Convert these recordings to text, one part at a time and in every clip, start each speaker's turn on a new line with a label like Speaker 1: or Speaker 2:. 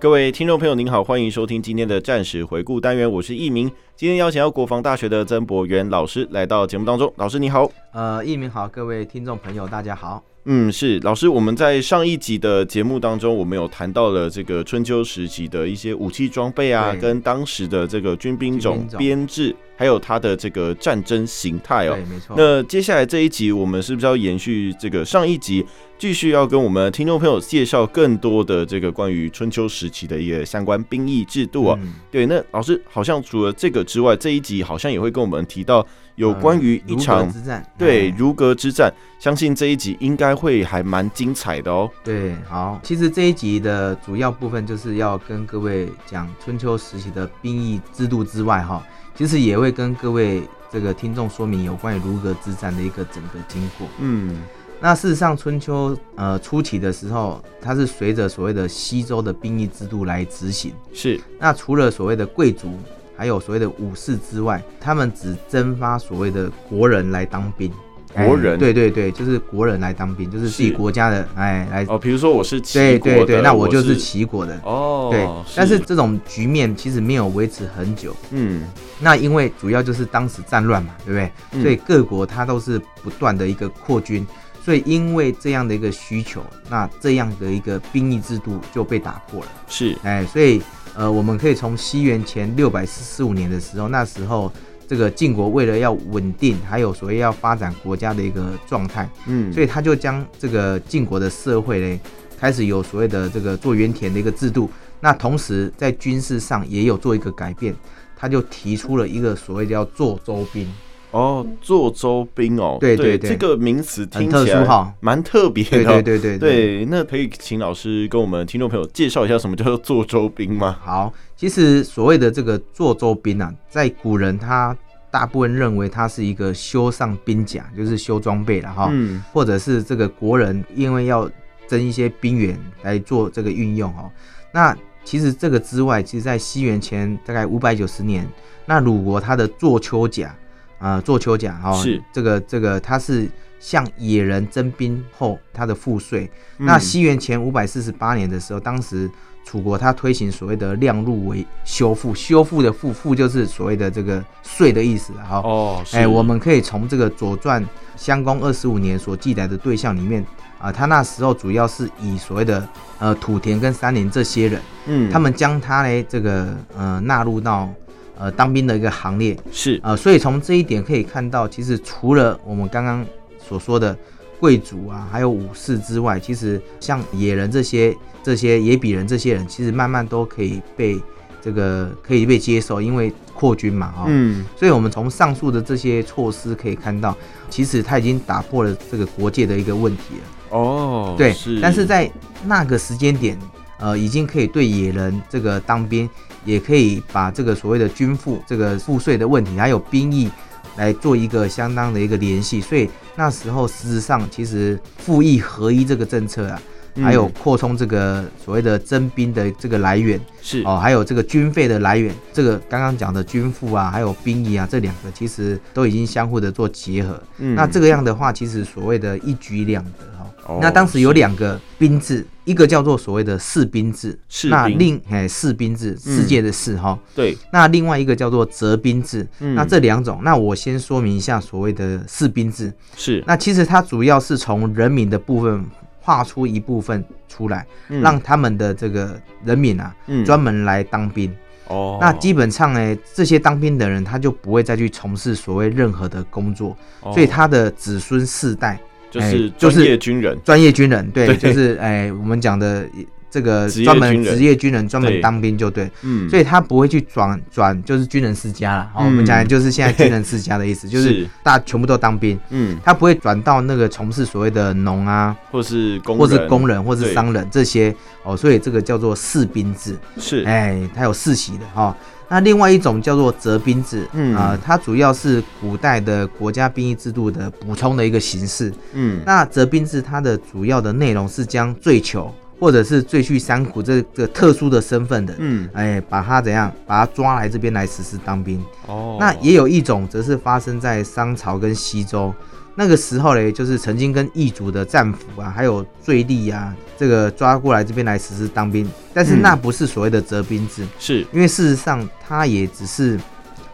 Speaker 1: 各位听众朋友，您好，欢迎收听今天的战史回顾单元，我是易明。今天邀请到国防大学的曾博元老师来到节目当中，老师你好。
Speaker 2: 呃，一鸣好，各位听众朋友，大家好。
Speaker 1: 嗯，是老师，我们在上一集的节目当中，我们有谈到了这个春秋时期的一些武器装备啊，
Speaker 2: 对
Speaker 1: 跟当时的这个军兵
Speaker 2: 军
Speaker 1: 种
Speaker 2: 兵种
Speaker 1: 编制，还有它的这个战争形态哦
Speaker 2: 对，。没错。
Speaker 1: 那接下来这一集，我们是不是要延续这个上一集，继续要跟我们听众朋友介绍更多的这个关于春秋时期的一个相关兵役制度啊？
Speaker 2: 嗯
Speaker 1: 对，那老师好像除了这个之外，这一集好像也会跟我们提到有
Speaker 2: 呃
Speaker 1: 关于一
Speaker 2: 如
Speaker 1: 场、
Speaker 2: 隔之战，
Speaker 1: 对
Speaker 2: 哎
Speaker 1: 如格之战，相信这一集应该会还蛮精彩的哦。
Speaker 2: 对，好。其实这一集的主要部分就是要跟各位讲春秋时期的兵役制度之外，哈，其实也会跟各位这个听众说明有关于如格之战的一个整个经过。
Speaker 1: 嗯，
Speaker 2: 那事实上，春秋呃初期的时候，它是随着所谓的西周的兵役制度来执行。
Speaker 1: 是，
Speaker 2: 那除了所谓的贵族，还有所谓的武士之外，他们只征发所谓的国人来当兵。
Speaker 1: 国人
Speaker 2: 哎对对对，就是国人来当兵，就是自己
Speaker 1: 是
Speaker 2: 国家的，哎，来，
Speaker 1: 哦，比如说我是齐
Speaker 2: 对
Speaker 1: 国
Speaker 2: 对对，
Speaker 1: 的
Speaker 2: 那我就是是齐国的，
Speaker 1: 哦，
Speaker 2: 对。但是这种局面其实没有维持很久，
Speaker 1: 嗯，
Speaker 2: 那因为主要就是当时战乱嘛，对不对？
Speaker 1: 嗯
Speaker 2: 所以各国它都是不断的一个扩军，所以因为这样的一个需求，那这样的一个兵役制度就被打破了。
Speaker 1: 是，
Speaker 2: 哎，所以呃，我们可以从西元前六百四十五年的时候，那时候这个晋国为了要稳定，还有所谓要发展国家的一个状态，
Speaker 1: 嗯，
Speaker 2: 所以他就将这个晋国的社会嘞，开始有所谓的这个做原田的一个制度。那同时在军事上也有做一个改变，他就提出了一个所谓叫做周兵。
Speaker 1: 哦，做周兵哦，
Speaker 2: 对
Speaker 1: 对
Speaker 2: 对
Speaker 1: 这
Speaker 2: 对
Speaker 1: 个名词听
Speaker 2: 很特
Speaker 1: 起来
Speaker 2: 殊哈
Speaker 1: 蛮特别的
Speaker 2: 对
Speaker 1: 哦。
Speaker 2: 对对对
Speaker 1: 对那可以请老师跟我们听众朋友介绍一下什么叫做做周兵吗？
Speaker 2: 好，其实所谓的这个做周兵啊，在古人他大部分认为它是一个修上兵甲，就是修装备了哈，
Speaker 1: 嗯，
Speaker 2: 或者是这个国人因为要征一些兵源来做这个运用哦。那其实这个之外，其实在西元前大概五百九十年，那鲁国它的做秋甲，啊，做秋甲哦，
Speaker 1: 是
Speaker 2: 这个这个它是向野人征兵后它的赋税，
Speaker 1: 嗯
Speaker 2: 那西元前五百四十八年的时候，当时楚国它推行所谓的量入为修复，修复的复复就是所谓的这个税的意思啊。好、
Speaker 1: 哦，是
Speaker 2: 哎、我们可以从这个《左传》襄公二十五年所记载的对象里面啊、他那时候主要是以所谓的呃土田跟山林这些人，
Speaker 1: 嗯，
Speaker 2: 他们将他呢这个呃纳入到呃当兵的一个行列。
Speaker 1: 是
Speaker 2: 呃，所以从这一点可以看到，其实除了我们刚刚所说的贵族啊，还有武士之外，其实像野人这些、这些野比人这些人，其实慢慢都可以被这个可以被接受，因为扩军嘛，哦。
Speaker 1: 嗯，
Speaker 2: 所以，我们从上述的这些措施可以看到，其实它已经打破了这个国界的一个问题了。
Speaker 1: 哦，
Speaker 2: 对，
Speaker 1: 是，
Speaker 2: 但是在那个时间点，呃，已经可以对野人这个当兵，也可以把这个所谓的军赋、这个赋税的问题，还有兵役来做一个相当的一个联系。所以那时候事实上，其实赋役合一这个政策啊，还有
Speaker 1: 嗯
Speaker 2: 扩充这个所谓的征兵的这个来源
Speaker 1: 是
Speaker 2: 哦，还有这个军费的来源，这个刚刚讲的军赋啊，还有兵役啊，这两个其实都已经相互的做结合。
Speaker 1: 嗯
Speaker 2: 那这个样的话，其实所谓的一举两得哈、
Speaker 1: 哦
Speaker 2: 那当时有
Speaker 1: 是
Speaker 2: 两个兵制，一个叫做所谓的士兵制，
Speaker 1: 士
Speaker 2: 那
Speaker 1: 兵嗯
Speaker 2: 另哎士兵制，世界的士哈、
Speaker 1: 对，
Speaker 2: 那另外一个叫做折兵制。
Speaker 1: 嗯
Speaker 2: 那这两种，那我先说明一下所谓的士兵制。
Speaker 1: 是
Speaker 2: 那其实它主要是从人民的部分划出一部分出来，
Speaker 1: 嗯
Speaker 2: 让他们的这个人民啊，
Speaker 1: 嗯
Speaker 2: 专门来当兵。
Speaker 1: 哦，
Speaker 2: 那基本上呢，这些当兵的人他就不会再去从事所谓任何的工作，
Speaker 1: 哦
Speaker 2: 所以他的子孙世代
Speaker 1: 就
Speaker 2: 哎
Speaker 1: 是
Speaker 2: 就
Speaker 1: 专
Speaker 2: 是嗯
Speaker 1: 业军人，
Speaker 2: 专业军人，对，
Speaker 1: 对
Speaker 2: 就是哎，我们讲的这个
Speaker 1: 职业
Speaker 2: 专门
Speaker 1: 军人
Speaker 2: 职业军人专门
Speaker 1: 对
Speaker 2: 当兵就对，
Speaker 1: 嗯，
Speaker 2: 所以他不会去转转就是军人世家了。好，我
Speaker 1: 嗯
Speaker 2: 们讲的就是现在军人世家的 意思，就是
Speaker 1: 是
Speaker 2: 大家全部都当兵，
Speaker 1: 嗯，
Speaker 2: 他不会转到那个从事所谓的农啊，
Speaker 1: 或是工
Speaker 2: 或
Speaker 1: 人，
Speaker 2: 是工人或是
Speaker 1: 对
Speaker 2: 商人这些哦，所以这个叫做士兵制。
Speaker 1: 是，
Speaker 2: 哎，它有世袭的哈、那另外一种叫做折兵制，
Speaker 1: 嗯
Speaker 2: 啊、它主要是古代的国家兵役制度的补充的一个形式。
Speaker 1: 嗯，
Speaker 2: 那折兵制它的主要的内容是将罪囚或者是罪去三苦这这个特殊的身份的，
Speaker 1: 嗯，
Speaker 2: 哎，把他怎样，把他抓来这边来实施当兵。
Speaker 1: 哦，
Speaker 2: 那也有一种则是发生在商朝跟西周。那个时候嘞，就是曾经跟异族的战俘啊，还有罪吏啊，这个抓过来这边来实施当兵，但是
Speaker 1: 嗯
Speaker 2: 那不是所谓的折兵制，
Speaker 1: 是，
Speaker 2: 因为事实上他也只是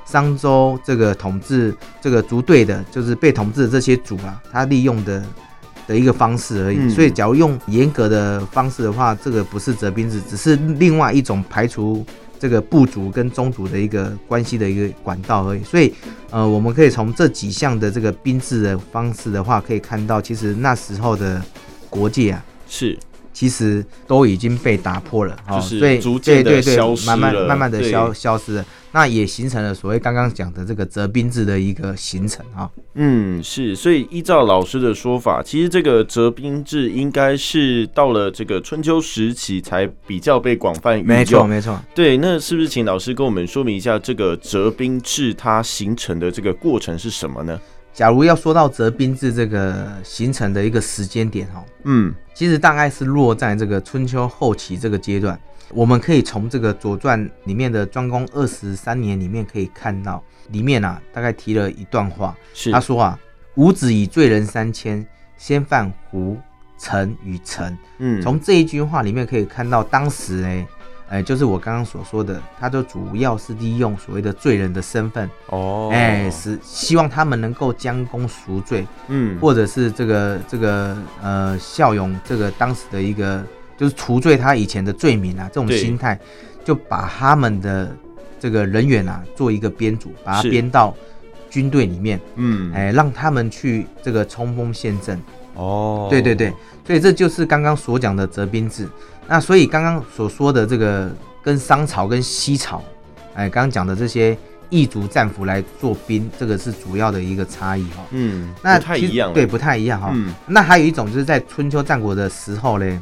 Speaker 2: 商周这个统治这个族队的，就是被统治的这些族啊，他利用的的一个方式而已。
Speaker 1: 嗯
Speaker 2: 所以，假如用严格的方式的话，这个不是折兵制，只是另外一种排除。这个部族跟宗族的一个关系的一个管道而已，所以，呃，我们可以从这几项的这个兵制的方式的话，可以看到，其实那时候的国界啊，
Speaker 1: 是，
Speaker 2: 其实都已经被打破了，哦
Speaker 1: 就是
Speaker 2: 所以
Speaker 1: 逐渐地
Speaker 2: 对对
Speaker 1: 消失
Speaker 2: 对，慢慢
Speaker 1: 了
Speaker 2: 慢慢的
Speaker 1: 对
Speaker 2: 消消失了，那也形成了所谓刚刚讲的这个折兵制的一个形成啊、哦
Speaker 1: 嗯，是，所以依照老师的说法，其实这个折兵制应该是到了这个春秋时期才比较被广泛运
Speaker 2: 没错
Speaker 1: 用。
Speaker 2: 没错，
Speaker 1: 对，那是不是请老师跟我们说明一下这个折兵制它形成的这个过程是什么呢？
Speaker 2: 假如要说到折兵制这个形成的一个时间点哦，
Speaker 1: 嗯，
Speaker 2: 其实大概是落在这个春秋后期这个阶段。我们可以从这个《左传》里面的庄公二十三年里面可以看到，里面啊大概提了一段话，
Speaker 1: 是，
Speaker 2: 他说啊：“吾子以罪人三千，先犯胡、陈与陈。”
Speaker 1: 嗯，
Speaker 2: 从这一句话里面可以看到，当时呢，呃，就是我刚刚所说的，他就主要是利用所谓的罪人的身份，
Speaker 1: 哦，
Speaker 2: 哎、是希望他们能够将功赎罪，
Speaker 1: 嗯，
Speaker 2: 或者是这个这个呃效用这个当时的一个就是除罪他以前的罪名啊，这种
Speaker 1: 对
Speaker 2: 心态，就把他们的这个人员啊做一个编组，把他
Speaker 1: 是
Speaker 2: 编到军队里面，
Speaker 1: 嗯，
Speaker 2: 哎、让他们去这个冲锋陷阵。
Speaker 1: 哦，
Speaker 2: 对对对，，所以这就是刚刚所讲的折兵制。那所以刚刚所说的这个跟商朝跟西朝，哎，刚刚讲的这些异族战俘来做兵，这个是主要的一个差异哈、哦。
Speaker 1: 嗯，
Speaker 2: 那
Speaker 1: 不太
Speaker 2: 其
Speaker 1: 一
Speaker 2: 实
Speaker 1: 样了，
Speaker 2: 对，不太一样哈、
Speaker 1: 嗯
Speaker 2: 那还有一种就是在春秋战国的时候嘞，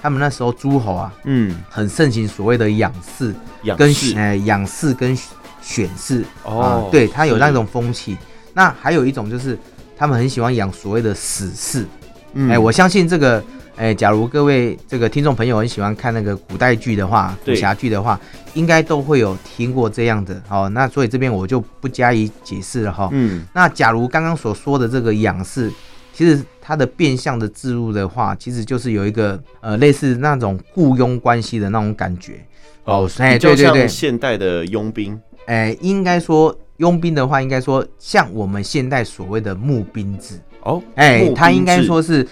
Speaker 2: 他们那时候诸侯啊，
Speaker 1: 嗯，
Speaker 2: 很盛行所谓的仰视
Speaker 1: 仰
Speaker 2: 跟
Speaker 1: 视
Speaker 2: 哎仰视跟选视啊
Speaker 1: 哦，，
Speaker 2: 对，它有那
Speaker 1: 是
Speaker 2: 种风气。那还有一种就是他们很喜欢养所谓的死士，
Speaker 1: 嗯
Speaker 2: 哎、我相信这个，哎、假如各位这个听众朋友很喜欢看那个古代剧的话，武
Speaker 1: 对
Speaker 2: 侠剧的话，应该都会有听过这样的。好、那所以这边我就不加以解释了哈、
Speaker 1: 嗯
Speaker 2: 那假如刚刚所说的这个仰视，其实它的变相的置入的话，其实就是有一个呃类似那种雇佣关系的那种感觉。
Speaker 1: 哦，
Speaker 2: 哎
Speaker 1: 比较
Speaker 2: 对对
Speaker 1: 像
Speaker 2: 对
Speaker 1: 现代的佣兵，
Speaker 2: 哎、应该说佣兵的话，应该说像我们现代所谓的募兵制。
Speaker 1: 哦，
Speaker 2: 哎、
Speaker 1: 募
Speaker 2: 他
Speaker 1: 兵
Speaker 2: 应该
Speaker 1: 制
Speaker 2: 说是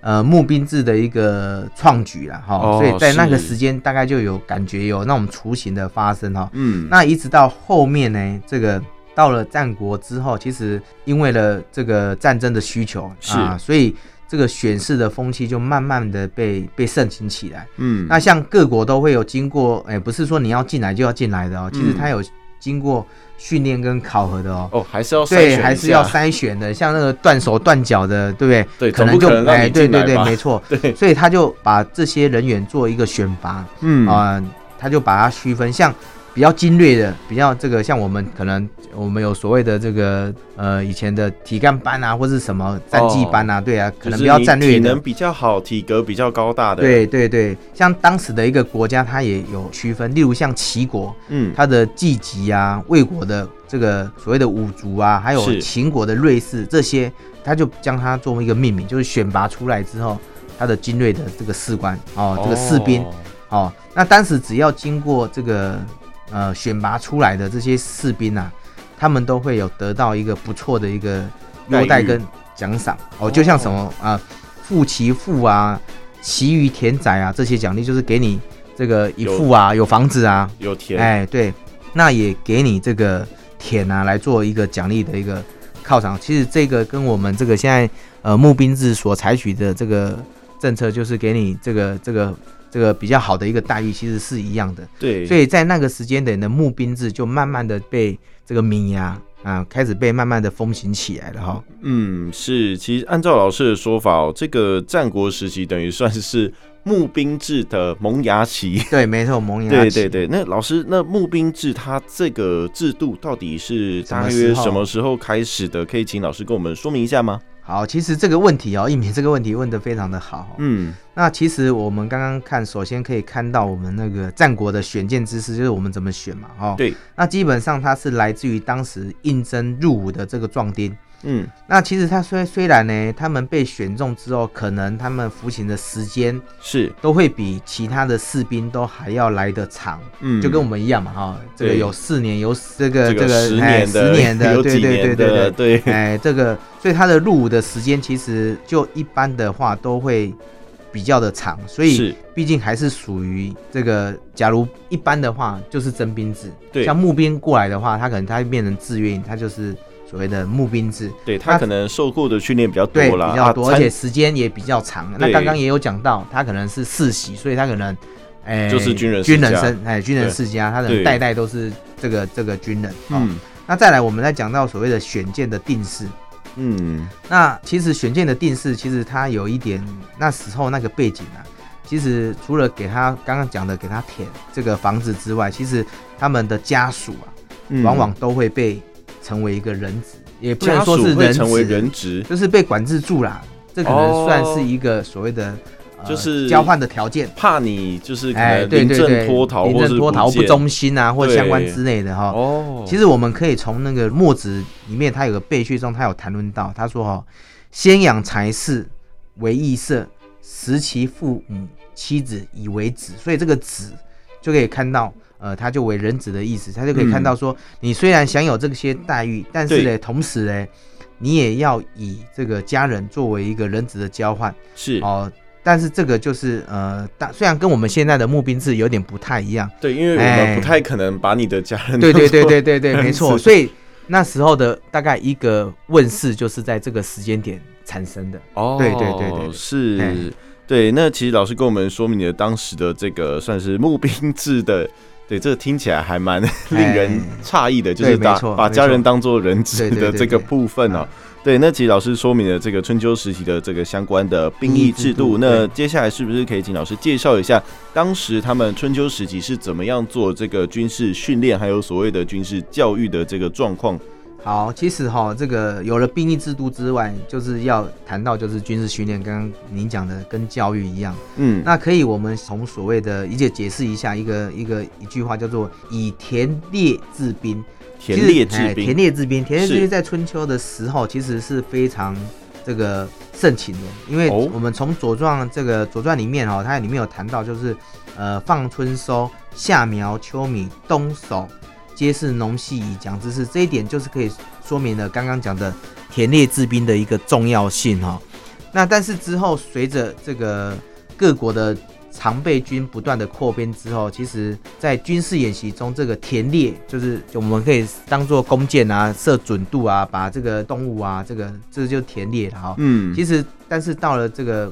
Speaker 2: 呃募兵制的一个创举啦，哈、
Speaker 1: 哦
Speaker 2: 所以在那个
Speaker 1: 是
Speaker 2: 时间大概就有感觉有那种雏形的发生哈、
Speaker 1: 嗯，
Speaker 2: 那一直到后面呢，这个到了战国之后，其实因为了这个战争的需求
Speaker 1: 是
Speaker 2: 啊，所以这个选士的风气就慢慢的被被盛行起来。
Speaker 1: 嗯，
Speaker 2: 那像各国都会有经过，哎、不是说你要进来就要进来的哦，其实
Speaker 1: 嗯
Speaker 2: 它有经过训练跟考核的哦。
Speaker 1: 哦，还是要筛选
Speaker 2: 对，
Speaker 1: 一
Speaker 2: 还是要
Speaker 1: 下
Speaker 2: 筛选的，像那个断手断脚的，对不对？
Speaker 1: 对
Speaker 2: 可
Speaker 1: 总
Speaker 2: 能
Speaker 1: 不
Speaker 2: 就哎
Speaker 1: 可能让你
Speaker 2: 对
Speaker 1: 进
Speaker 2: 对
Speaker 1: 来
Speaker 2: 对，
Speaker 1: 吧
Speaker 2: 没错。
Speaker 1: 对，
Speaker 2: 所以他就把这些人员做一个选拔啊、
Speaker 1: 嗯
Speaker 2: 他就把它区分，像比较精锐的，比较这个像我们可能我们有所谓的这个呃以前的体干班啊，或是什么战技班
Speaker 1: 哦
Speaker 2: 啊，对啊，可能比较战略
Speaker 1: 体
Speaker 2: 的
Speaker 1: 能。比较好，体格比较高大的，，
Speaker 2: 对对对，像当时的一个国家，它也有区分，例如像齐国，
Speaker 1: 嗯，
Speaker 2: 它的季籍啊、魏国的这个所谓的五族啊，还有
Speaker 1: 是
Speaker 2: 秦国的瑞士这些，他就将它作为一个命名，就是选拔出来之后，他的精锐的这个士官哦，这个士兵
Speaker 1: 哦，
Speaker 2: 哦，那当时只要经过这个呃选拔出来的这些士兵啊，他们都会有得到一个不错的一个优
Speaker 1: 待
Speaker 2: 待
Speaker 1: 遇
Speaker 2: 跟奖赏哦，就像什么啊，父其父啊，其余田宅啊这些奖励，就是给你这个一
Speaker 1: 有
Speaker 2: 副啊，有房子啊，
Speaker 1: 有田，
Speaker 2: 哎，对，那也给你这个舔啊来做一个奖励的一个犒赏。其实这个跟我们这个现在呃募兵制所采取的这个政策就是给你这个这个这个比较好的一个待遇，其实是一样的。
Speaker 1: 对，
Speaker 2: 所以在那个时间点的募兵制就慢慢的被这个民压啊，开始被慢慢的风行起来了 哈。
Speaker 1: 嗯，是，其实按照老师的说法哦，这个战国时期等于算是募兵制的萌芽 期。
Speaker 2: 对，没错，萌芽
Speaker 1: 对
Speaker 2: 期
Speaker 1: 对对，那老师，那募兵制它这个制度到底是
Speaker 2: 什么
Speaker 1: 大
Speaker 2: 时
Speaker 1: 约
Speaker 2: 候
Speaker 1: 什么时候开始的？可以请老师跟我们说明一下吗？
Speaker 2: 好，其实这个问题哦，一鸣这个问题问得非常的好哦。
Speaker 1: 嗯，
Speaker 2: 那其实我们刚刚看，首先可以看到我们那个战国的选剑知识，就是我们怎么选嘛，哦，。
Speaker 1: 对，
Speaker 2: 那基本上它是来自于当时应征入伍的这个壮丁。
Speaker 1: 嗯，
Speaker 2: 那其实他虽虽然呢，他们被选中之后，可能他们服刑的时间
Speaker 1: 是，
Speaker 2: 都会比其他的士兵都还要来得长，
Speaker 1: 嗯，
Speaker 2: 就跟我们一样嘛，哈、这个
Speaker 1: 对
Speaker 2: 有四年，有这个
Speaker 1: 这
Speaker 2: 这
Speaker 1: 个
Speaker 2: 个
Speaker 1: 十
Speaker 2: 哎
Speaker 1: 年的、
Speaker 2: 十年 的，
Speaker 1: 有
Speaker 2: 对
Speaker 1: 几
Speaker 2: 对对
Speaker 1: 年
Speaker 2: 对对
Speaker 1: 的，，对，
Speaker 2: 哎，这个，所以他的入伍的时间其实就一般的话都会比较的长，所以
Speaker 1: 是
Speaker 2: 毕竟还是属于这个，假如一般的话就是征兵制，
Speaker 1: 对
Speaker 2: 像募兵过来的话，他可能他会变成自愿，他就是所谓的募兵制，
Speaker 1: 对他
Speaker 2: 那
Speaker 1: 可能受过的训练比较
Speaker 2: 对，
Speaker 1: 多啦，
Speaker 2: 比较多，
Speaker 1: 啊
Speaker 2: 而且
Speaker 1: 参
Speaker 2: 时间也比较长。那
Speaker 1: 对
Speaker 2: 刚刚也有讲到，他可能是世袭，所以他可能，哎、
Speaker 1: 就是军人世
Speaker 2: 军人
Speaker 1: 家
Speaker 2: 生，哎、军人
Speaker 1: 对
Speaker 2: 世家，他可能
Speaker 1: 对
Speaker 2: 代代都是这个这个军人。哦、
Speaker 1: 嗯
Speaker 2: 那再来，我们再讲到所谓的选舰的定式。
Speaker 1: 嗯，
Speaker 2: 那其实选舰的定式，其实它有一点那时候那个背景啊，其实除了给他刚刚讲的给他填这个房子之外，其实他们的家属啊，
Speaker 1: 嗯
Speaker 2: 往往都会被成为一个人质，也不能
Speaker 1: 家
Speaker 2: 说
Speaker 1: 属
Speaker 2: 是
Speaker 1: 会
Speaker 2: 人
Speaker 1: 成为
Speaker 2: 质啊
Speaker 1: 人质，
Speaker 2: 就是被管制住啦。这可能算是一个所谓的、呃
Speaker 1: 哦就是
Speaker 2: 交换的条件。
Speaker 1: 怕你就是可
Speaker 2: 哎，
Speaker 1: 能
Speaker 2: 对
Speaker 1: 临
Speaker 2: 对对，
Speaker 1: 阵脱逃
Speaker 2: 临
Speaker 1: 或
Speaker 2: 阵
Speaker 1: 是
Speaker 2: 脱逃
Speaker 1: 不
Speaker 2: 不
Speaker 1: 见
Speaker 2: 忠心啊，或
Speaker 1: 对
Speaker 2: 相关之类的哈。
Speaker 1: 哦，
Speaker 2: 其实我们可以从那个墨子里面，他有个备序中，他有谈论到，他说哈，先养财势为义色，食其父母妻子以为子，所以这个子就可以看到。呃，他就为人子的意思，他就可以看到说，你虽然享有这些待遇，但是呢，
Speaker 1: 对
Speaker 2: 同时呢，你也要以这个家人作为一个人子的交换，
Speaker 1: 是
Speaker 2: 哦，但是这个就是呃，大虽然跟我们现在的募兵制有点不太一样，
Speaker 1: 对，因为我
Speaker 2: 哎
Speaker 1: 们不太可能把你的家人
Speaker 2: 对对
Speaker 1: 当
Speaker 2: 对
Speaker 1: 做
Speaker 2: 对对对，没错。
Speaker 1: 人质
Speaker 2: 所以那时候的大概一个问世，就是在这个时间点产生的。
Speaker 1: 哦，
Speaker 2: 对对对对对哎
Speaker 1: 是，对。那其实老师跟我们说明了当时的这个算是募兵制的， 对，这个听起来还蛮令人诧异的，就是
Speaker 2: 对
Speaker 1: 把
Speaker 2: 没错
Speaker 1: 把
Speaker 2: 没
Speaker 1: 家人
Speaker 2: 错
Speaker 1: 当做人质
Speaker 2: 对对
Speaker 1: 的
Speaker 2: 对
Speaker 1: 这个
Speaker 2: 对啊
Speaker 1: 部分哦。对，那其实老师说明了这个春秋时期的这个相关的兵
Speaker 2: 兵役
Speaker 1: 役
Speaker 2: 制
Speaker 1: 制
Speaker 2: 度
Speaker 1: 度。那
Speaker 2: 对
Speaker 1: 接下来是不是可以请老师介绍一下当时他们春秋时期是怎么样做这个军事训练，还有所谓的军事教育的这个状况？
Speaker 2: 好，其实哈、这个有了兵役制度之外，就是要谈到就是军事训练，刚刚您讲的跟教育一样。
Speaker 1: 嗯，
Speaker 2: 那可以，我们从所谓的一解解释一下一个一个一句话，叫做以田猎制兵。
Speaker 1: 田
Speaker 2: 其实
Speaker 1: 猎制
Speaker 2: 哎
Speaker 1: 兵
Speaker 2: 田，猎制兵，田猎制
Speaker 1: 是
Speaker 2: 兵在春秋的时候其实是非常这个盛情的，因为
Speaker 1: 哦
Speaker 2: 我们从《左传》这个《左传》里面哦，它里面有谈到，就是呃，放春收，夏苗秋米，冬守，皆是农戏以讲之事。这一点就是可以说明了刚刚讲的田猎制兵的一个重要性哈、哦。那但是之后随着这个各国的常备军不断的扩编之后，其实在军事演习中，这个田猎就是我们可以当做弓箭啊，射准度啊，把这个动物啊，这个这就是田猎了哈、
Speaker 1: 嗯，
Speaker 2: 其实，但是到了这个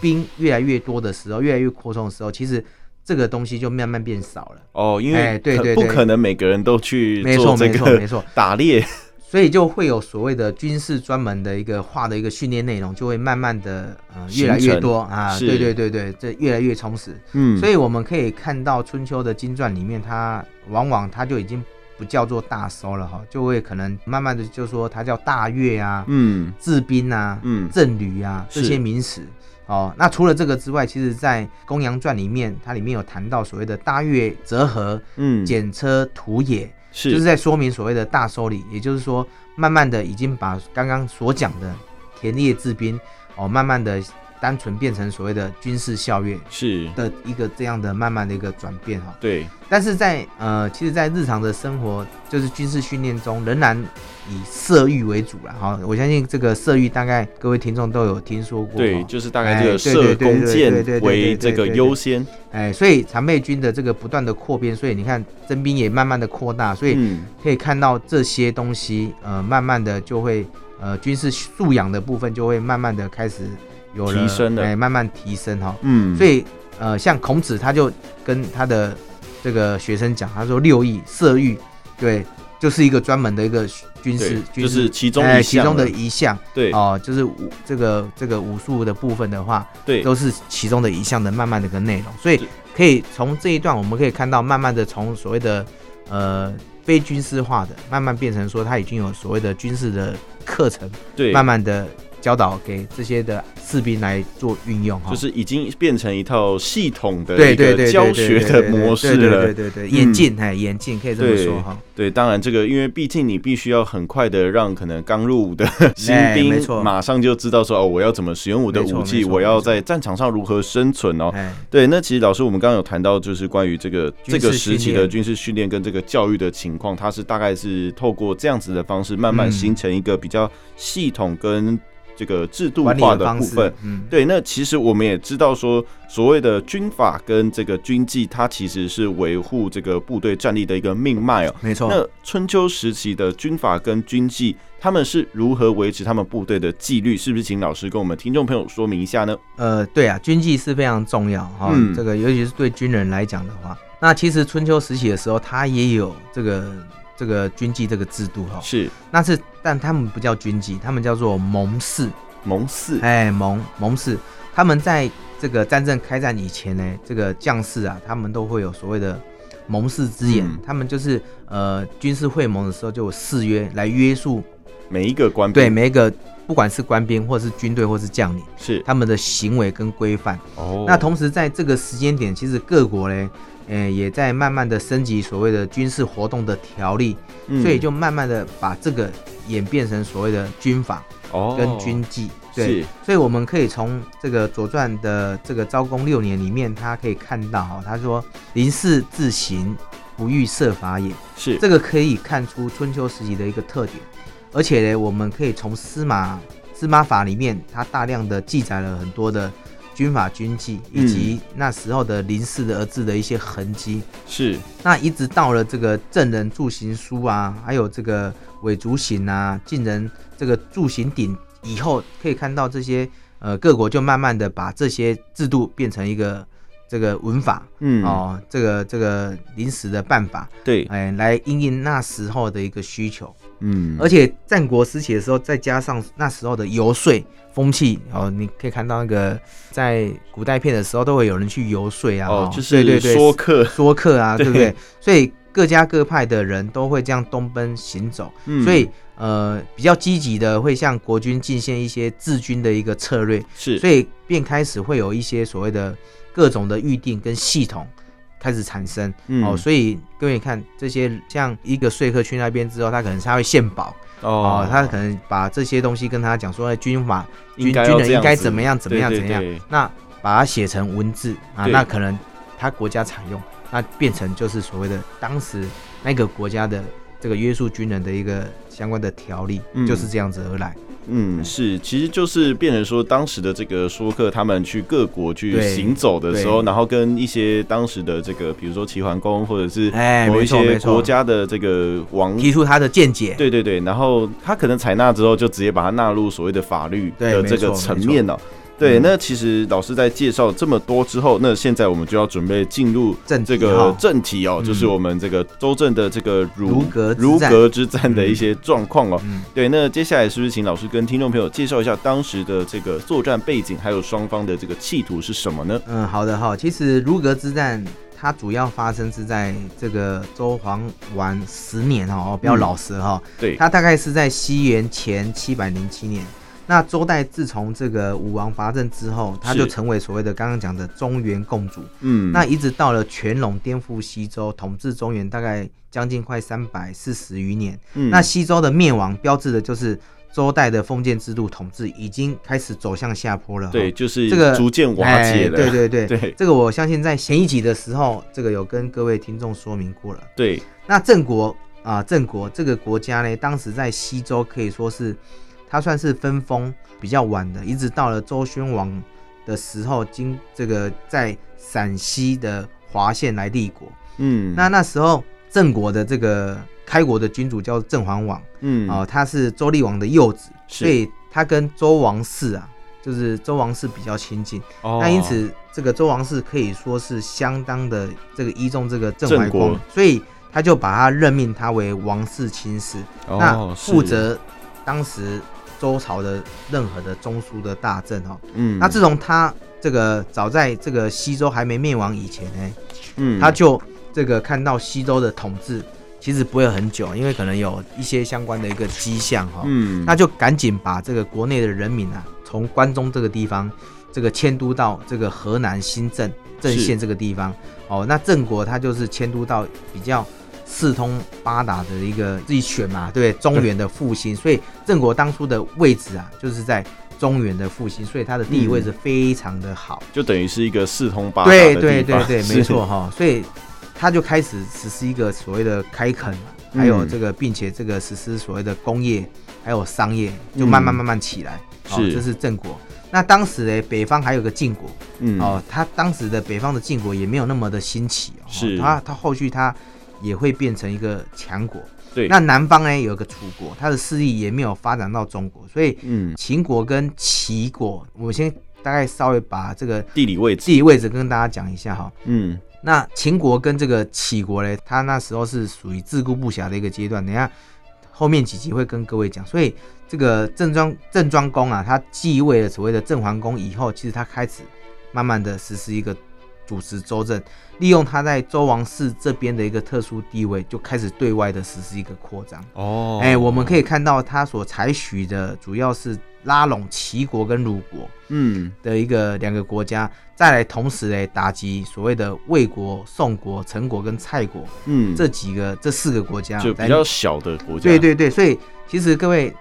Speaker 2: 兵越来越多的时候，越来越扩充的时候，其实这个东西就慢慢变少了。
Speaker 1: 哦，因为可、
Speaker 2: 哎对对
Speaker 1: 不
Speaker 2: 对
Speaker 1: 可能每个人都去
Speaker 2: 没
Speaker 1: 做
Speaker 2: 错，
Speaker 1: 这
Speaker 2: 没错，没
Speaker 1: 个
Speaker 2: 错。
Speaker 1: 打猎，
Speaker 2: 所以就会有所谓的军事专门的一个化的一个训练内容，就会慢慢的呃
Speaker 1: 形
Speaker 2: 越来越
Speaker 1: 成
Speaker 2: 多啊，
Speaker 1: 是
Speaker 2: 对对对对，这越来越充实。
Speaker 1: 嗯，
Speaker 2: 所以我们可以看到春秋的经传里面，它往往它就已经不叫做大收了哈，就会可能慢慢的就说它叫大乐啊、
Speaker 1: 嗯
Speaker 2: 治兵啊、
Speaker 1: 嗯
Speaker 2: 政旅啊
Speaker 1: 是
Speaker 2: 这些名词。哦，那除了这个之外，其实，在《公羊传》里面，它里面有谈到所谓的大乐折合、
Speaker 1: 嗯，
Speaker 2: 检车土也，
Speaker 1: 是
Speaker 2: 就是在说明所谓的大收礼，也就是说，慢慢的已经把刚刚所讲的田猎制兵哦，慢慢的单纯变成所谓的军事校阅
Speaker 1: 是，
Speaker 2: 的一个这样的慢慢的一个转变哈、
Speaker 1: 对，
Speaker 2: 但是在呃，其实，在日常的生活就是军事训练中，仍然以色欲为主了哈、我相信这个色欲大概各位听众都有听说过、
Speaker 1: 对，
Speaker 2: 哦
Speaker 1: 就是大概这
Speaker 2: 哎
Speaker 1: 个
Speaker 2: 对
Speaker 1: 射
Speaker 2: 对对
Speaker 1: 弓
Speaker 2: 对
Speaker 1: 箭
Speaker 2: 对对对
Speaker 1: 为
Speaker 2: 对
Speaker 1: 这个
Speaker 2: 对对
Speaker 1: 优先，
Speaker 2: 哎，所以常备军的这个不断的扩编，所以你看征兵也慢慢的扩大，所以
Speaker 1: 嗯，
Speaker 2: 可以看到这些东西，呃，慢慢的就会，呃，军事素养的部分就会慢慢的开始有了
Speaker 1: 提升了
Speaker 2: 哎，慢慢提升哈、
Speaker 1: 嗯，
Speaker 2: 所以呃，像孔子他就跟他的这个学生讲，他说六艺射御，对，就是一个专门的一个军事
Speaker 1: 对，
Speaker 2: 军
Speaker 1: 就
Speaker 2: 事
Speaker 1: 是其中
Speaker 2: 哎
Speaker 1: 一
Speaker 2: 其中
Speaker 1: 项
Speaker 2: 的
Speaker 1: 了
Speaker 2: 一项
Speaker 1: 对
Speaker 2: 哦、就是武这个这个武术的部分的话，
Speaker 1: 对
Speaker 2: 都是其中的一项的慢慢的一个内容，所以
Speaker 1: 是
Speaker 2: 可以从这一段我们可以看到，慢慢的从所谓的呃非军事化的，慢慢变成说他已经有所谓的军事的课程，
Speaker 1: 对，
Speaker 2: 慢慢的教导给这些的士兵来做运用哈，
Speaker 1: 就是已经变成一套系统的
Speaker 2: 对
Speaker 1: 一
Speaker 2: 对对
Speaker 1: 个
Speaker 2: 对
Speaker 1: 教
Speaker 2: 对
Speaker 1: 学
Speaker 2: 对
Speaker 1: 的
Speaker 2: 对
Speaker 1: 模式
Speaker 2: 对
Speaker 1: 了
Speaker 2: 对对。对对，
Speaker 1: 嗯
Speaker 2: 演进哎演进可以这么
Speaker 1: 对
Speaker 2: 说哈，
Speaker 1: 对，当然这个，因为毕竟你必须要很快的让可能刚入伍的 新
Speaker 2: 哎
Speaker 1: 兵
Speaker 2: 没错
Speaker 1: 马上就知道说哦，我要怎么使用我的
Speaker 2: 没错
Speaker 1: 武
Speaker 2: 没
Speaker 1: 器，
Speaker 2: 错
Speaker 1: 我
Speaker 2: 没
Speaker 1: 要
Speaker 2: 错
Speaker 1: 在战场上如何生存哦。
Speaker 2: 哎
Speaker 1: 对，那其实老师，我们刚刚有谈到，就是关于这个这
Speaker 2: 军事
Speaker 1: 个时期
Speaker 2: 训
Speaker 1: 的
Speaker 2: 练
Speaker 1: 军事训练跟这个教育的情况，它是大概是透过这样子的方式，慢慢
Speaker 2: 嗯
Speaker 1: 形成一个比较系统跟这个制度
Speaker 2: 管理
Speaker 1: 化
Speaker 2: 的
Speaker 1: 的
Speaker 2: 方
Speaker 1: 部
Speaker 2: 式
Speaker 1: 分。，
Speaker 2: 嗯，
Speaker 1: 对，那其实我们也知道说，所谓的军法跟这个军纪，它其实是维护这个部队战力的一个命脉哦。
Speaker 2: 没错，
Speaker 1: 那春秋时期的军法跟军纪，他们是如何维持他们部队的纪律？是不是请老师跟我们听众朋友说明一下呢？
Speaker 2: 呃，对啊，军纪是非常重要哈、
Speaker 1: 嗯
Speaker 2: 这个尤其是对军人来讲的话，那其实春秋时期的时候，他也有这个这个军纪这个制度哈、
Speaker 1: 是
Speaker 2: 那是但他们不叫军纪，他们叫做盟誓，
Speaker 1: 盟誓，
Speaker 2: 哎，盟盟誓，他们在这个战争开战以前呢，这个将士啊，他们都会有所谓的。盟誓之言，
Speaker 1: 嗯
Speaker 2: 他们就是呃军事会盟的时候就有誓约来约束
Speaker 1: 每一个官兵
Speaker 2: 对每一个不管是官兵或是军队或是将领
Speaker 1: 是
Speaker 2: 他们的行为跟规范。
Speaker 1: 哦
Speaker 2: 那同时在这个时间点，其实各国嘞，呃，也在慢慢的升级所谓的军事活动的条例，
Speaker 1: 嗯
Speaker 2: 所以就慢慢的把这个演变成所谓的军法
Speaker 1: 哦
Speaker 2: 跟军纪。对
Speaker 1: 是，
Speaker 2: 所以我们可以从这个《左传》的这个昭公六年里面，他可以看到哈，他说“临事自行，不欲设法也”，
Speaker 1: 是
Speaker 2: 这个可以看出春秋时期的一个特点。而且呢，我们可以从司马司马法里面，它大量的记载了很多的军法军纪，以及那时候的临时的而治的一些痕迹。
Speaker 1: 是
Speaker 2: 那一直到了这个郑人助行书啊，还有这个伪竹行啊、晋人这个助行鼎以后，可以看到这些呃各国就慢慢的把这些制度变成一个这个文法、
Speaker 1: 嗯
Speaker 2: 哦，这个这个临时的办法。
Speaker 1: 对
Speaker 2: 哎，来应应那时候的一个需求，
Speaker 1: 嗯
Speaker 2: 而且战国时期的时候，再加上那时候的游说风气哦，你可以看到那个在古代片的时候，都会有人去游说啊，
Speaker 1: 哦
Speaker 2: 哦
Speaker 1: 就是
Speaker 2: 对对对
Speaker 1: 说客，
Speaker 2: 说客啊，
Speaker 1: 对
Speaker 2: 对不对？所以各家各派的人都会这样东奔行走，
Speaker 1: 嗯
Speaker 2: 所以呃，比较积极的会向国军进献一些治军的一个策略，
Speaker 1: 是
Speaker 2: 所以便开始会有一些所谓的各种的预定跟系统开始产生。
Speaker 1: 嗯
Speaker 2: 哦，所以各位你看这些，像一个说客去那边之后，他可能是他会献宝哦他可能把这些东西跟他讲说，哎，军法
Speaker 1: 应
Speaker 2: 军
Speaker 1: 该
Speaker 2: 军
Speaker 1: 要这
Speaker 2: 人应
Speaker 1: 样
Speaker 2: 该
Speaker 1: 子
Speaker 2: 怎么样怎么样
Speaker 1: 对
Speaker 2: 怎
Speaker 1: 对
Speaker 2: 么样，
Speaker 1: 对
Speaker 2: 那把它写成文字啊，
Speaker 1: 对
Speaker 2: 那可能他国家采用，那变成就是所谓的当时那个国家的这个约束军人的一个相关的条例，
Speaker 1: 嗯
Speaker 2: 就是这样子而来。
Speaker 1: 嗯，是，其实就是变成说，当时的这个说客他们去各国去
Speaker 2: 对
Speaker 1: 行走的时候，
Speaker 2: 对
Speaker 1: 然后跟一些当时的这个，比如说齐桓公或者是
Speaker 2: 哎
Speaker 1: 某一
Speaker 2: 没错
Speaker 1: 些
Speaker 2: 没错
Speaker 1: 国家的这个王，
Speaker 2: 提出他的见解，
Speaker 1: 对对对，然后他可能采纳之后，就直接把它纳入所谓的法律
Speaker 2: 对
Speaker 1: 的
Speaker 2: 没
Speaker 1: 这个
Speaker 2: 错
Speaker 1: 层
Speaker 2: 没错
Speaker 1: 面了、哦对，
Speaker 2: 嗯
Speaker 1: 那其实老师在介绍这么多之后，那现在我们就要准备进入
Speaker 2: 正
Speaker 1: 这
Speaker 2: 题
Speaker 1: 个
Speaker 2: 哈
Speaker 1: 正题哦，
Speaker 2: 嗯
Speaker 1: 就是我们这个周正的这个
Speaker 2: 如革之
Speaker 1: 如
Speaker 2: 战
Speaker 1: 革之战的一些状况哦。
Speaker 2: 嗯，
Speaker 1: 对，那接下来是不是请老师跟听众朋友介绍一下当时的这个作战背景，还有双方的这个企图是什么呢？
Speaker 2: 嗯，好的哈。其实如格之战，它主要发生是在这个周皇完十年哈，哦，不要
Speaker 1: 嗯
Speaker 2: 老实哈、
Speaker 1: 对，
Speaker 2: 它大概是在西元前七百零七年。那周代自从这个武王伐郑之后，他
Speaker 1: 是
Speaker 2: 就成为所谓的刚刚讲的中原共主。
Speaker 1: 嗯，
Speaker 2: 那一直到了乾隆颠覆西周，统治中原，大概将近快三百四十余年。
Speaker 1: 嗯
Speaker 2: 那西周的灭亡，标志的就是周代的封建制度统治已经开始走向下坡了哈。
Speaker 1: 对，就是
Speaker 2: 这个
Speaker 1: 逐渐瓦解了，
Speaker 2: 哎对对对
Speaker 1: 对
Speaker 2: 这个我相信在前一集的时候，这个有跟各位听众说明过了。
Speaker 1: 对
Speaker 2: 那郑国啊，郑、国这个国家呢，当时在西周可以说是它算是分封比较晚的，一直到了周宣王的时候，经这个在陕西的华县来立国。
Speaker 1: 嗯，
Speaker 2: 那那时候郑国的这个开国的君主叫郑桓王啊、
Speaker 1: 嗯
Speaker 2: 他是周厉王的幼子，
Speaker 1: 是
Speaker 2: 所以他跟周王室啊，就是周王室比较亲近。
Speaker 1: 哦
Speaker 2: 那因此，这个周王室可以说是相当的这个依重这个郑怀
Speaker 1: 郑国
Speaker 2: 公，所以他就把他任命他为王室卿士，那
Speaker 1: 哦是
Speaker 2: 负责当时周朝的任何的中枢的大政哦。
Speaker 1: 嗯，
Speaker 2: 那自从他这个早在这个西周还没灭亡以前呢，
Speaker 1: 嗯
Speaker 2: 他就这个看到西周的统治其实不会很久，因为可能有一些相关的一个迹象哦哈、
Speaker 1: 嗯
Speaker 2: 那就赶紧把这个国内的人民啊，从关中这个地方，这个迁都到这个河南新郑郑县这个地方。哦，那郑国它就是迁都到比较四通八达的一个自己选嘛，对不对？中原的复兴，所以郑国当初的位置啊，就是在中原的复兴，所以它的地理位置非常的好。
Speaker 1: 就等于是一个四通八达
Speaker 2: 对
Speaker 1: 的
Speaker 2: 对
Speaker 1: 地
Speaker 2: 对
Speaker 1: 方，
Speaker 2: 对，
Speaker 1: 是
Speaker 2: 没错，哈、所以他就开始实施一个所谓的开垦嘛，
Speaker 1: 嗯
Speaker 2: 还有这个，并且这个实施所谓的工业，还有商业，就慢慢
Speaker 1: 嗯
Speaker 2: 慢慢起来。哦
Speaker 1: 是
Speaker 2: 这是郑国。那当时呢，北方还有个晋国、
Speaker 1: 嗯
Speaker 2: 哦，他当时的北方的晋国也没有那么的兴起哦，
Speaker 1: 是
Speaker 2: 他他后续他也会变成一个强国。
Speaker 1: 对，
Speaker 2: 那南方呢有一个楚国，他的势力也没有发展到中国，所以
Speaker 1: 嗯
Speaker 2: 秦国跟齐国，我先大概稍微把这个
Speaker 1: 地理位置，
Speaker 2: 地理位置跟大家讲一下哈。
Speaker 1: 嗯
Speaker 2: 那秦国跟这个杞国嘞，它那时候是属于自顾不暇的一个阶段，等一下后面几集会跟各位讲。所以这个郑庄郑庄公啊，他继位了所谓的郑桓公以后，其实他开始慢慢的实施一个主持周政，利用他在周王室这边的一个特殊地位，就开始对外的实施一个扩张。
Speaker 1: 哦，
Speaker 2: 哎、我们可以看到他所采取的主要是拉拢齐国跟鲁国，
Speaker 1: 嗯
Speaker 2: 的一个两个国家，再来同时来打击所谓的魏国、宋国、陈国跟蔡国
Speaker 1: 嗯，
Speaker 2: 这几个这四个国家，
Speaker 1: 就
Speaker 2: 来
Speaker 1: 比较小的国家，
Speaker 2: 对对对，所以其实各位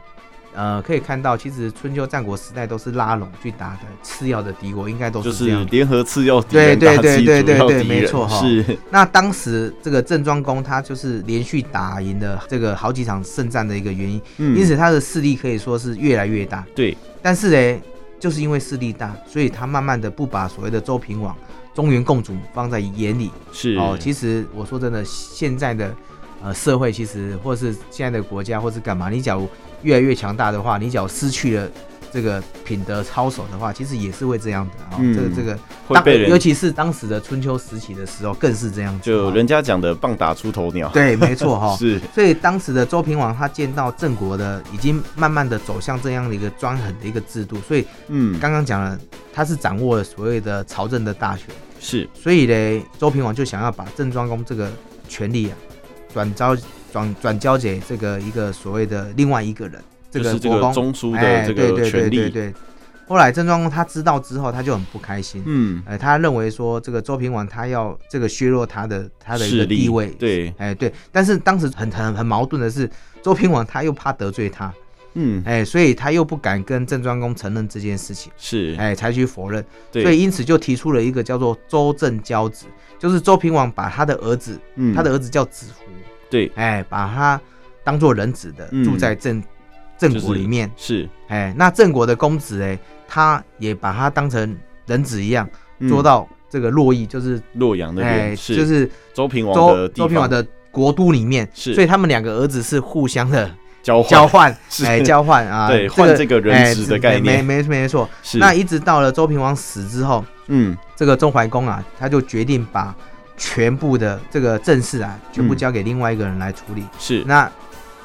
Speaker 2: 呃可以看到，其实春秋战国时代都是拉拢去打的次要的敌国，应该都
Speaker 1: 就是
Speaker 2: 这样。
Speaker 1: 是联合次要敌人，
Speaker 2: 对对
Speaker 1: 打击
Speaker 2: 对对
Speaker 1: 主要
Speaker 2: 对对
Speaker 1: 敌
Speaker 2: 没
Speaker 1: 人
Speaker 2: 错哈
Speaker 1: 是，
Speaker 2: 那当时这个郑庄公他就是连续打赢了这个好几场胜战的一个原因，因
Speaker 1: 嗯，
Speaker 2: 此他的势力可以说是越来越大。
Speaker 1: 对，
Speaker 2: 但是呢，就是因为势力大，所以他慢慢的不把所谓的周平王、中原共主放在眼里。
Speaker 1: 是
Speaker 2: 哦，其实我说真的，现在的呃社会，其实或是现在的国家，或是干嘛，你假如越来越强大的话，你假如失去了这个品德操守的话，其实也是会这样的啊、哦
Speaker 1: 嗯
Speaker 2: 这个这个，
Speaker 1: 会
Speaker 2: 当
Speaker 1: 被人
Speaker 2: 尤其是当时的春秋时期的时候，更是这样子
Speaker 1: 就
Speaker 2: 哦、
Speaker 1: 人家讲的棒打出头鸟，
Speaker 2: 对，哦没错哈、
Speaker 1: 是，
Speaker 2: 所以当时的周平王他见到郑国的已经慢慢的走向这样的一个专横的一个制度，所以
Speaker 1: 嗯，
Speaker 2: 刚刚讲了，他是掌握了所谓的朝政的大权，
Speaker 1: 是，
Speaker 2: 所以嘞，周平王就想要把郑庄公这个权力啊，转交转转交给这个一个所谓的另外一个人，这
Speaker 1: 就
Speaker 2: 个
Speaker 1: 是这
Speaker 2: 国
Speaker 1: 个
Speaker 2: 公，
Speaker 1: 中枢
Speaker 2: 哎，
Speaker 1: 的这
Speaker 2: 对
Speaker 1: 个
Speaker 2: 对
Speaker 1: 权
Speaker 2: 对对
Speaker 1: 利，
Speaker 2: 对。后来郑庄公他知道之后，他就很不开心，
Speaker 1: 嗯，
Speaker 2: 呃，他认为说这个周平王他要这个削弱他的他的一
Speaker 1: 势
Speaker 2: 个
Speaker 1: 力
Speaker 2: 地位，
Speaker 1: 对，
Speaker 2: 哎对。但是当时很很很矛盾的是，周平王他又怕得罪他，
Speaker 1: 嗯，
Speaker 2: 哎，所以他又不敢跟郑庄公承认这件事情。
Speaker 1: 是，
Speaker 2: 哎，采取否认，所
Speaker 1: 对，
Speaker 2: 以因此就提出了一个叫做周正交子，就是周平王把他的儿子，
Speaker 1: 嗯
Speaker 2: 他的儿子叫子服，
Speaker 1: 对，
Speaker 2: 哎，把他当做人子的，
Speaker 1: 嗯
Speaker 2: 住在郑郑
Speaker 1: 就
Speaker 2: 国
Speaker 1: 是
Speaker 2: 里面，
Speaker 1: 是
Speaker 2: 哎，那郑国的公子，哎，他也把他当成人子一样，
Speaker 1: 嗯
Speaker 2: 做到这个洛邑，就是
Speaker 1: 洛阳那
Speaker 2: 哎，
Speaker 1: 边
Speaker 2: 就是是
Speaker 1: 周平王
Speaker 2: 周
Speaker 1: 的地
Speaker 2: 周平王
Speaker 1: 方
Speaker 2: 的国都里面，
Speaker 1: 是
Speaker 2: 所以他们两个儿子是互相的
Speaker 1: 交 换
Speaker 2: 交换，
Speaker 1: 是
Speaker 2: 哎，交换啊，
Speaker 1: 对
Speaker 2: 这
Speaker 1: 换这个人
Speaker 2: 哎
Speaker 1: 质的
Speaker 2: 是
Speaker 1: 概念
Speaker 2: 没没没错。
Speaker 1: 是，
Speaker 2: 那一直到了周平王死之后。
Speaker 1: 嗯，
Speaker 2: 这个郑怀公啊，他就决定把全部的这个政事啊，全部交给另外一个人来处理。
Speaker 1: 是，
Speaker 2: 那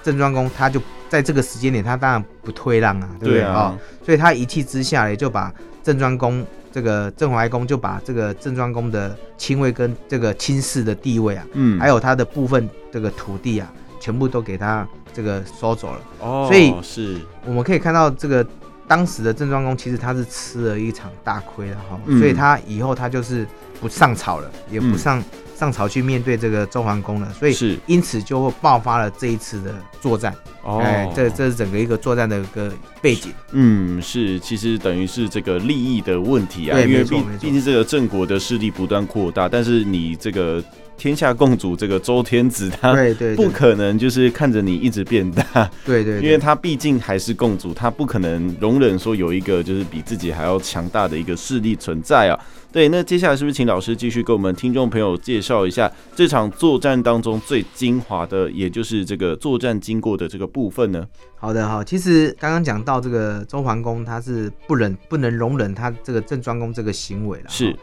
Speaker 2: 郑庄公他就在这个时间点，他当然不退让啊，对不对
Speaker 1: 对啊
Speaker 2: 哦？所以他一气之下呢，就把郑庄公这个郑怀公就把这个郑庄公的亲位跟这个亲室的地位啊，
Speaker 1: 嗯，
Speaker 2: 还有他的部分这个土地啊，全部都给他这个收走了。
Speaker 1: 哦，
Speaker 2: 所以
Speaker 1: 是，
Speaker 2: 我们可以看到这个当时的郑庄公其实他是吃了一场大亏的哈，
Speaker 1: 嗯
Speaker 2: 所以他以后他就是不上朝了，也
Speaker 1: 嗯
Speaker 2: 不上、上朝去面对这个周桓公了，所以
Speaker 1: 是
Speaker 2: 因此就会爆发了这一次的作战。
Speaker 1: 哦，
Speaker 2: 哎，这这是整个一个作战的一个背景。
Speaker 1: 嗯，是，其实等于是这个利益的问题啊，
Speaker 2: 对
Speaker 1: 因为
Speaker 2: 没错
Speaker 1: 毕
Speaker 2: 没错
Speaker 1: 毕竟这个郑国的势力不断扩大，但是你这个天下共主这个周天子他。
Speaker 2: 对对对
Speaker 1: 不可能，就是看着你一直变大，
Speaker 2: 对对，
Speaker 1: 因为他毕竟还是共主，他不可能容忍说有一个就是比自己还要强大的一个势力存在啊。对，那接下来是不是请老师继续给我们听众朋友介绍一下这场作战当中最精华的，也就是这个作战经过的这个部分呢？
Speaker 2: 好的哈，其实刚刚讲到这个周桓公，他是不忍不能容忍他这个郑庄公这个行为了，
Speaker 1: 是，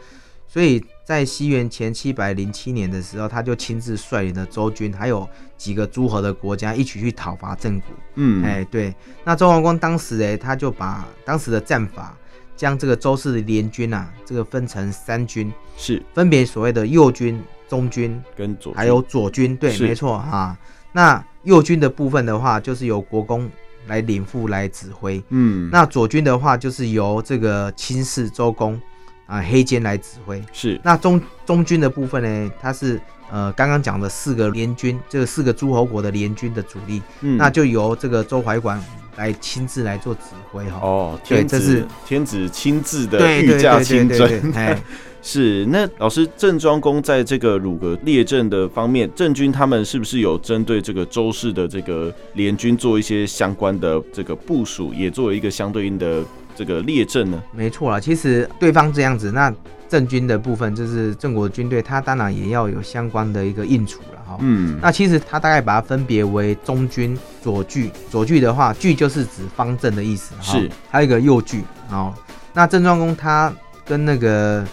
Speaker 2: 所以在西元前七百零七年的时候，他就亲自率领了周军，还有几个诸侯的国家一起去讨伐郑国。
Speaker 1: 嗯，
Speaker 2: 哎、对，那周桓公当时哎，他就把当时的战法，将这个周氏的联军啊，这个分成三军，
Speaker 1: 是
Speaker 2: 分别所谓的右军、中军，
Speaker 1: 跟左
Speaker 2: 还有左军。对，
Speaker 1: 是
Speaker 2: 没错啊。那右军的部分的话，就是由国公来领副来指挥；
Speaker 1: 嗯，
Speaker 2: 那左军的话，就是由这个卿士周公啊、黑肩来指挥。
Speaker 1: 是
Speaker 2: 那中中军的部分呢，它是呃刚刚讲的四个联军，这四个诸侯国的联军的主力，
Speaker 1: 嗯
Speaker 2: 那就由这个周怀馆来亲自来做指挥哈。
Speaker 1: 哦，
Speaker 2: 对
Speaker 1: 天
Speaker 2: 这
Speaker 1: 子
Speaker 2: 是
Speaker 1: 天子亲自的
Speaker 2: 对
Speaker 1: 御
Speaker 2: 对
Speaker 1: 驾
Speaker 2: 对对
Speaker 1: 亲
Speaker 2: 对
Speaker 1: 征
Speaker 2: 对，，哎，
Speaker 1: 是，那老师，郑庄公在这个鲁国列阵的方面，郑军他们是不是有针对这个周氏的这个呃联军做一些相关的这个部署，也作为一个相对应的这个列阵呢？
Speaker 2: 没错啦。其实对方这样子，那郑军的部分就是郑国的军队，他当然也要有相关的一个应处了哈。
Speaker 1: 嗯，
Speaker 2: 哦那其实他大概把它分别为中军、左距。左距的话，距就是指方阵的意思，哈
Speaker 1: 是。
Speaker 2: 还有一个右距哦。那郑庄公他跟那个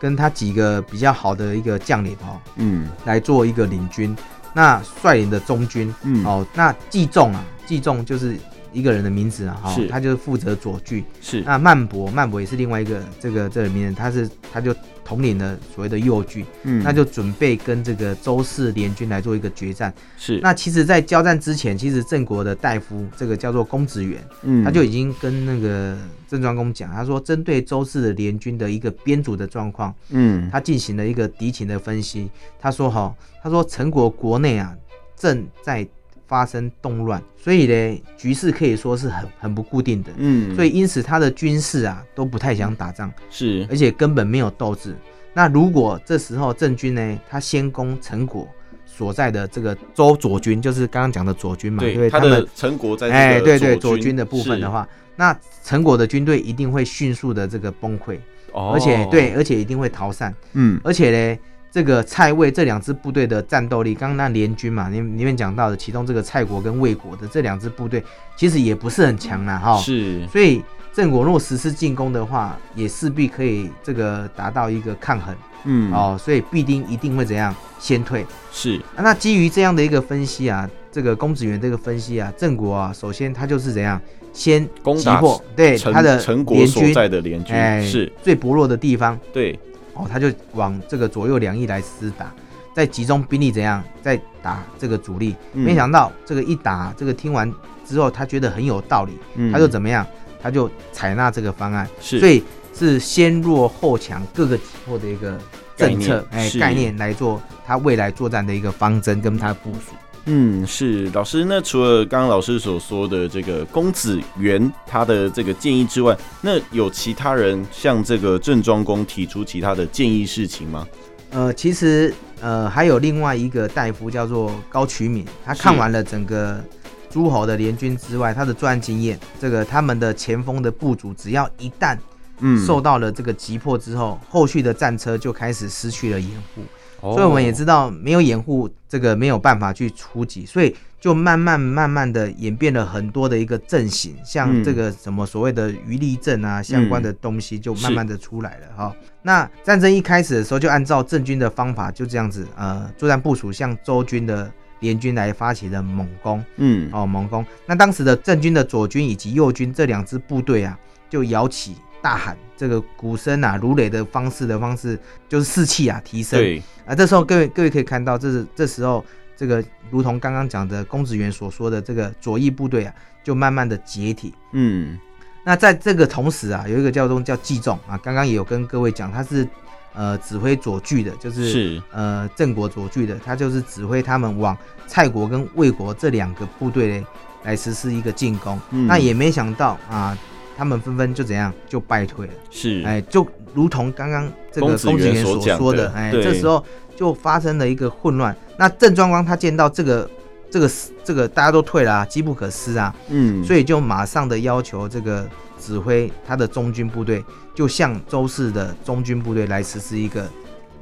Speaker 2: 跟他几个比较好的一个将领哦，
Speaker 1: 嗯
Speaker 2: 来做一个领军。那率领的中军
Speaker 1: 嗯，
Speaker 2: 哦，那季仲啊，季仲就是一个人的名字啊，哈、
Speaker 1: 是
Speaker 2: 他就是负责左距。
Speaker 1: 是
Speaker 2: 那曼博，曼博也是另外一个这个这个名人，他是他就统领了所谓的右距，
Speaker 1: 嗯
Speaker 2: 那就准备跟这个周氏联军来做一个决战。
Speaker 1: 是
Speaker 2: 那其实，在交战之前，其实郑国的大夫，这个叫做公子元，
Speaker 1: 嗯
Speaker 2: 他就已经跟那个郑庄公讲，他说针对周氏的联军的一个编组的状况，
Speaker 1: 嗯
Speaker 2: 他进行了一个敌情的分析。他说哈，他说陈国国内啊正在发生动乱，所以呢局势可以说是很很不固定的，
Speaker 1: 嗯，
Speaker 2: 所以因此他的军事啊都不太想打仗，
Speaker 1: 是
Speaker 2: 而且根本没有斗志。那如果这时候郑军呢，他先攻陈国所在的这个周左军，就是刚刚讲的左军嘛，对不对，
Speaker 1: 他
Speaker 2: 们
Speaker 1: 的陈国在这个
Speaker 2: 哎，对对，
Speaker 1: 左
Speaker 2: 左军的部分的，话，那陈国的军队一定会迅速的这个崩溃，
Speaker 1: 是哦
Speaker 2: 而且对，而且一定会逃散，
Speaker 1: 嗯
Speaker 2: 而且呢，这个蔡魏这两支部队的战斗力，刚刚那联军嘛，你里面讲到的，其中这个蔡国跟魏国的这两支部队，其实也不是很强啦，哈，，
Speaker 1: 是
Speaker 2: 所以郑国若实施进攻的话，也势必可以这个达到一个抗衡、
Speaker 1: 嗯
Speaker 2: 哦，所以必定一定会怎样先退。
Speaker 1: 是
Speaker 2: 啊那基于这样的一个分析啊，这个公子元这个分析啊，郑国啊，首先他就是怎样，先
Speaker 1: 攻
Speaker 2: 击
Speaker 1: 打
Speaker 2: 破对
Speaker 1: 陈
Speaker 2: 他的
Speaker 1: 陈国
Speaker 2: 联
Speaker 1: 所
Speaker 2: 军，
Speaker 1: 在的联军
Speaker 2: 哎，
Speaker 1: 是
Speaker 2: 最薄弱的地方
Speaker 1: 对
Speaker 2: 哦，他就往这个左右两翼来厮打，再集中兵力怎样，再打这个主力。
Speaker 1: 嗯
Speaker 2: 没想到这个一打，这个听完之后，他觉得很有道理，
Speaker 1: 嗯
Speaker 2: 他就怎么样，他就采纳这个方案，
Speaker 1: 是
Speaker 2: 所以是先弱后强，各个击破的一个。政策
Speaker 1: 概念
Speaker 2: 哎
Speaker 1: 是
Speaker 2: 概念来做他未来作战的一个方针跟他部署。
Speaker 1: 嗯，是老师。那除了刚刚老师所说的这个公子元他的这个建议之外，那有其他人向这个郑庄公提出其他的建议事情吗？
Speaker 2: 呃，其实呃还有另外一个大夫叫做高渠敏，他看
Speaker 1: 是
Speaker 2: 完了整个诸侯的联军之外，他的作案经验，这个他们的前锋的部署，只要一旦
Speaker 1: 嗯
Speaker 2: 受到了这个击破之后，后续的战车就开始失去了掩护，
Speaker 1: 哦
Speaker 2: 所以我们也知道没有掩护，这个没有办法去出击，所以。就慢慢慢慢的演变了很多的一个阵型，像
Speaker 1: 嗯
Speaker 2: 这个什么所谓的余力阵啊，相关的东西就慢慢的出来了哈、
Speaker 1: 嗯
Speaker 2: 那战争一开始的时候，就按照郑军的方法，就这样子，呃，作战部署向周军的联军来发起了猛攻
Speaker 1: 嗯
Speaker 2: 哦，猛攻。那当时的郑军的左军以及右军这两支部队啊，就摇旗大喊，这个鼓声啊、如雷的方式的方式，就是士气啊提升。
Speaker 1: 对
Speaker 2: 啊，这时候各位各位可以看到，这是这时候这个如同刚刚讲的公子元所说的这个左翼部队啊，就慢慢的解体。
Speaker 1: 嗯
Speaker 2: 那在这个同时啊，有一个叫做叫季仲啊，刚刚也有跟各位讲，他是呃指挥左距的，就是
Speaker 1: 是
Speaker 2: 呃郑国左距的，他就是指挥他们往蔡国跟魏国这两个部队来实施一个进攻。
Speaker 1: 嗯
Speaker 2: 那也没想到啊，他们纷纷就怎样就败退了。
Speaker 1: 是
Speaker 2: 哎，就如同刚刚这个
Speaker 1: 公子
Speaker 2: 公子
Speaker 1: 元
Speaker 2: 元
Speaker 1: 所
Speaker 2: 所
Speaker 1: 讲
Speaker 2: 说
Speaker 1: 的
Speaker 2: 哎，
Speaker 1: 对
Speaker 2: 这时候就发生了一个混乱。那郑庄公他见到这个这个这个大家都退了、啊，机不可失啊，
Speaker 1: 嗯，
Speaker 2: 所
Speaker 1: 以
Speaker 2: 以就马上的要求这个指挥他的中军部队，就向周氏的中军部队来实施一个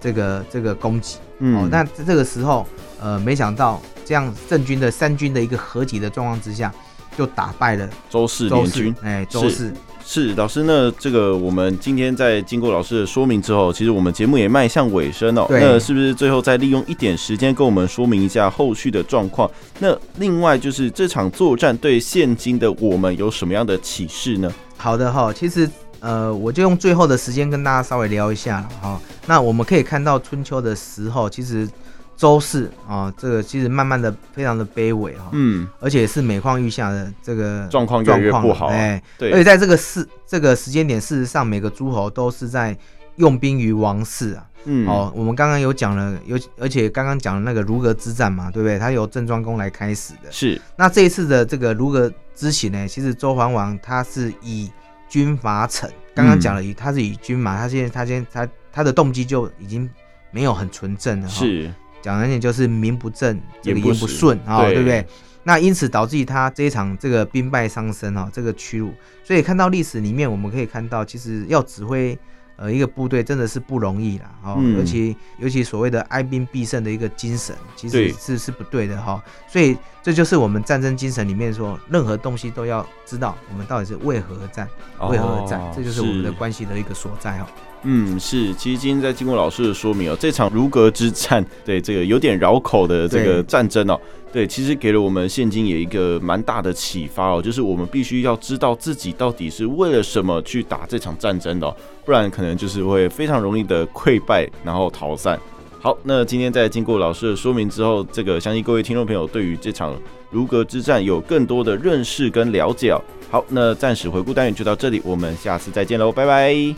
Speaker 2: 这个这个攻击。
Speaker 1: 嗯，
Speaker 2: 哦，那这个时候，呃，没想到这样郑军的三军的一个合击的状况之下，就打败了
Speaker 1: 周氏
Speaker 2: 周
Speaker 1: 联
Speaker 2: 氏
Speaker 1: 军。，
Speaker 2: 哎，周氏，
Speaker 1: 是老师，那这个我们今天在经过老师的说明之后，其实我们节目也迈向尾声哦。
Speaker 2: 对
Speaker 1: 那是不是最后再利用一点时间跟我们说明一下后续的状况？那另外就是这场作战对现今的我们有什么样的启示呢？
Speaker 2: 好的哈，其实呃，我就用最后的时间跟大家稍微聊一下了哈。那我们可以看到春秋的时候，其实周氏啊，这个其实慢慢的非常的卑微哈，
Speaker 1: 嗯，
Speaker 2: 而且是每况愈下的这个
Speaker 1: 状况越来越
Speaker 2: 状
Speaker 1: 不
Speaker 2: 况
Speaker 1: 好啊
Speaker 2: 哎，
Speaker 1: 对，
Speaker 2: 而且在这个事这个时间点，事实上每个诸侯都是在用兵于王室啊。
Speaker 1: 嗯，
Speaker 2: 哦，我们刚刚有讲了，有而且刚刚讲了那个如格之战嘛，对不对？它由郑庄公来开始的。
Speaker 1: 是，
Speaker 2: 那这一次的这个如格之行呢，其实周桓王他是以军伐城，刚刚讲了以，他是以军嘛，他现在他现在他他的动机就已经没有很纯正了哈。
Speaker 1: 是，
Speaker 2: 讲难听就是名不正，这个
Speaker 1: 言不
Speaker 2: 言不顺啊、
Speaker 1: 对
Speaker 2: 对不对？那因此导致他这一场这个兵败伤身哈、这个屈辱。所以看到历史里面，我们可以看到，其实要指挥呃一个部队真的是不容易啦，哦，
Speaker 1: 嗯
Speaker 2: 尤其尤其所谓的哀兵必胜的一个精神，其
Speaker 1: 对
Speaker 2: 实是是不对的哈、哦所以这就是我们战争精神里面说，任何东西都要知道我们到底是为何而战，为何而战，
Speaker 1: 哦
Speaker 2: 这就是我们的关系的一个所在哦哈、
Speaker 1: 嗯，是，其实今天在经过老师的说明哦，这场如隔之战，对这个有点绕口的这个
Speaker 2: 对
Speaker 1: 战争哦，对，其实给了我们现今也一个蛮大的启发哦，就是我们必须要知道自己到底是为了什么去打这场战争的、哦，不然可能就是会非常容易的溃败，然后逃散。好，那今天在经过老师的说明之后，这个相信各位听众朋友对于这场如隔之战有更多的认识跟了解哦。好，那暂时回顾单元就到这里，我们下次再见喽，拜拜。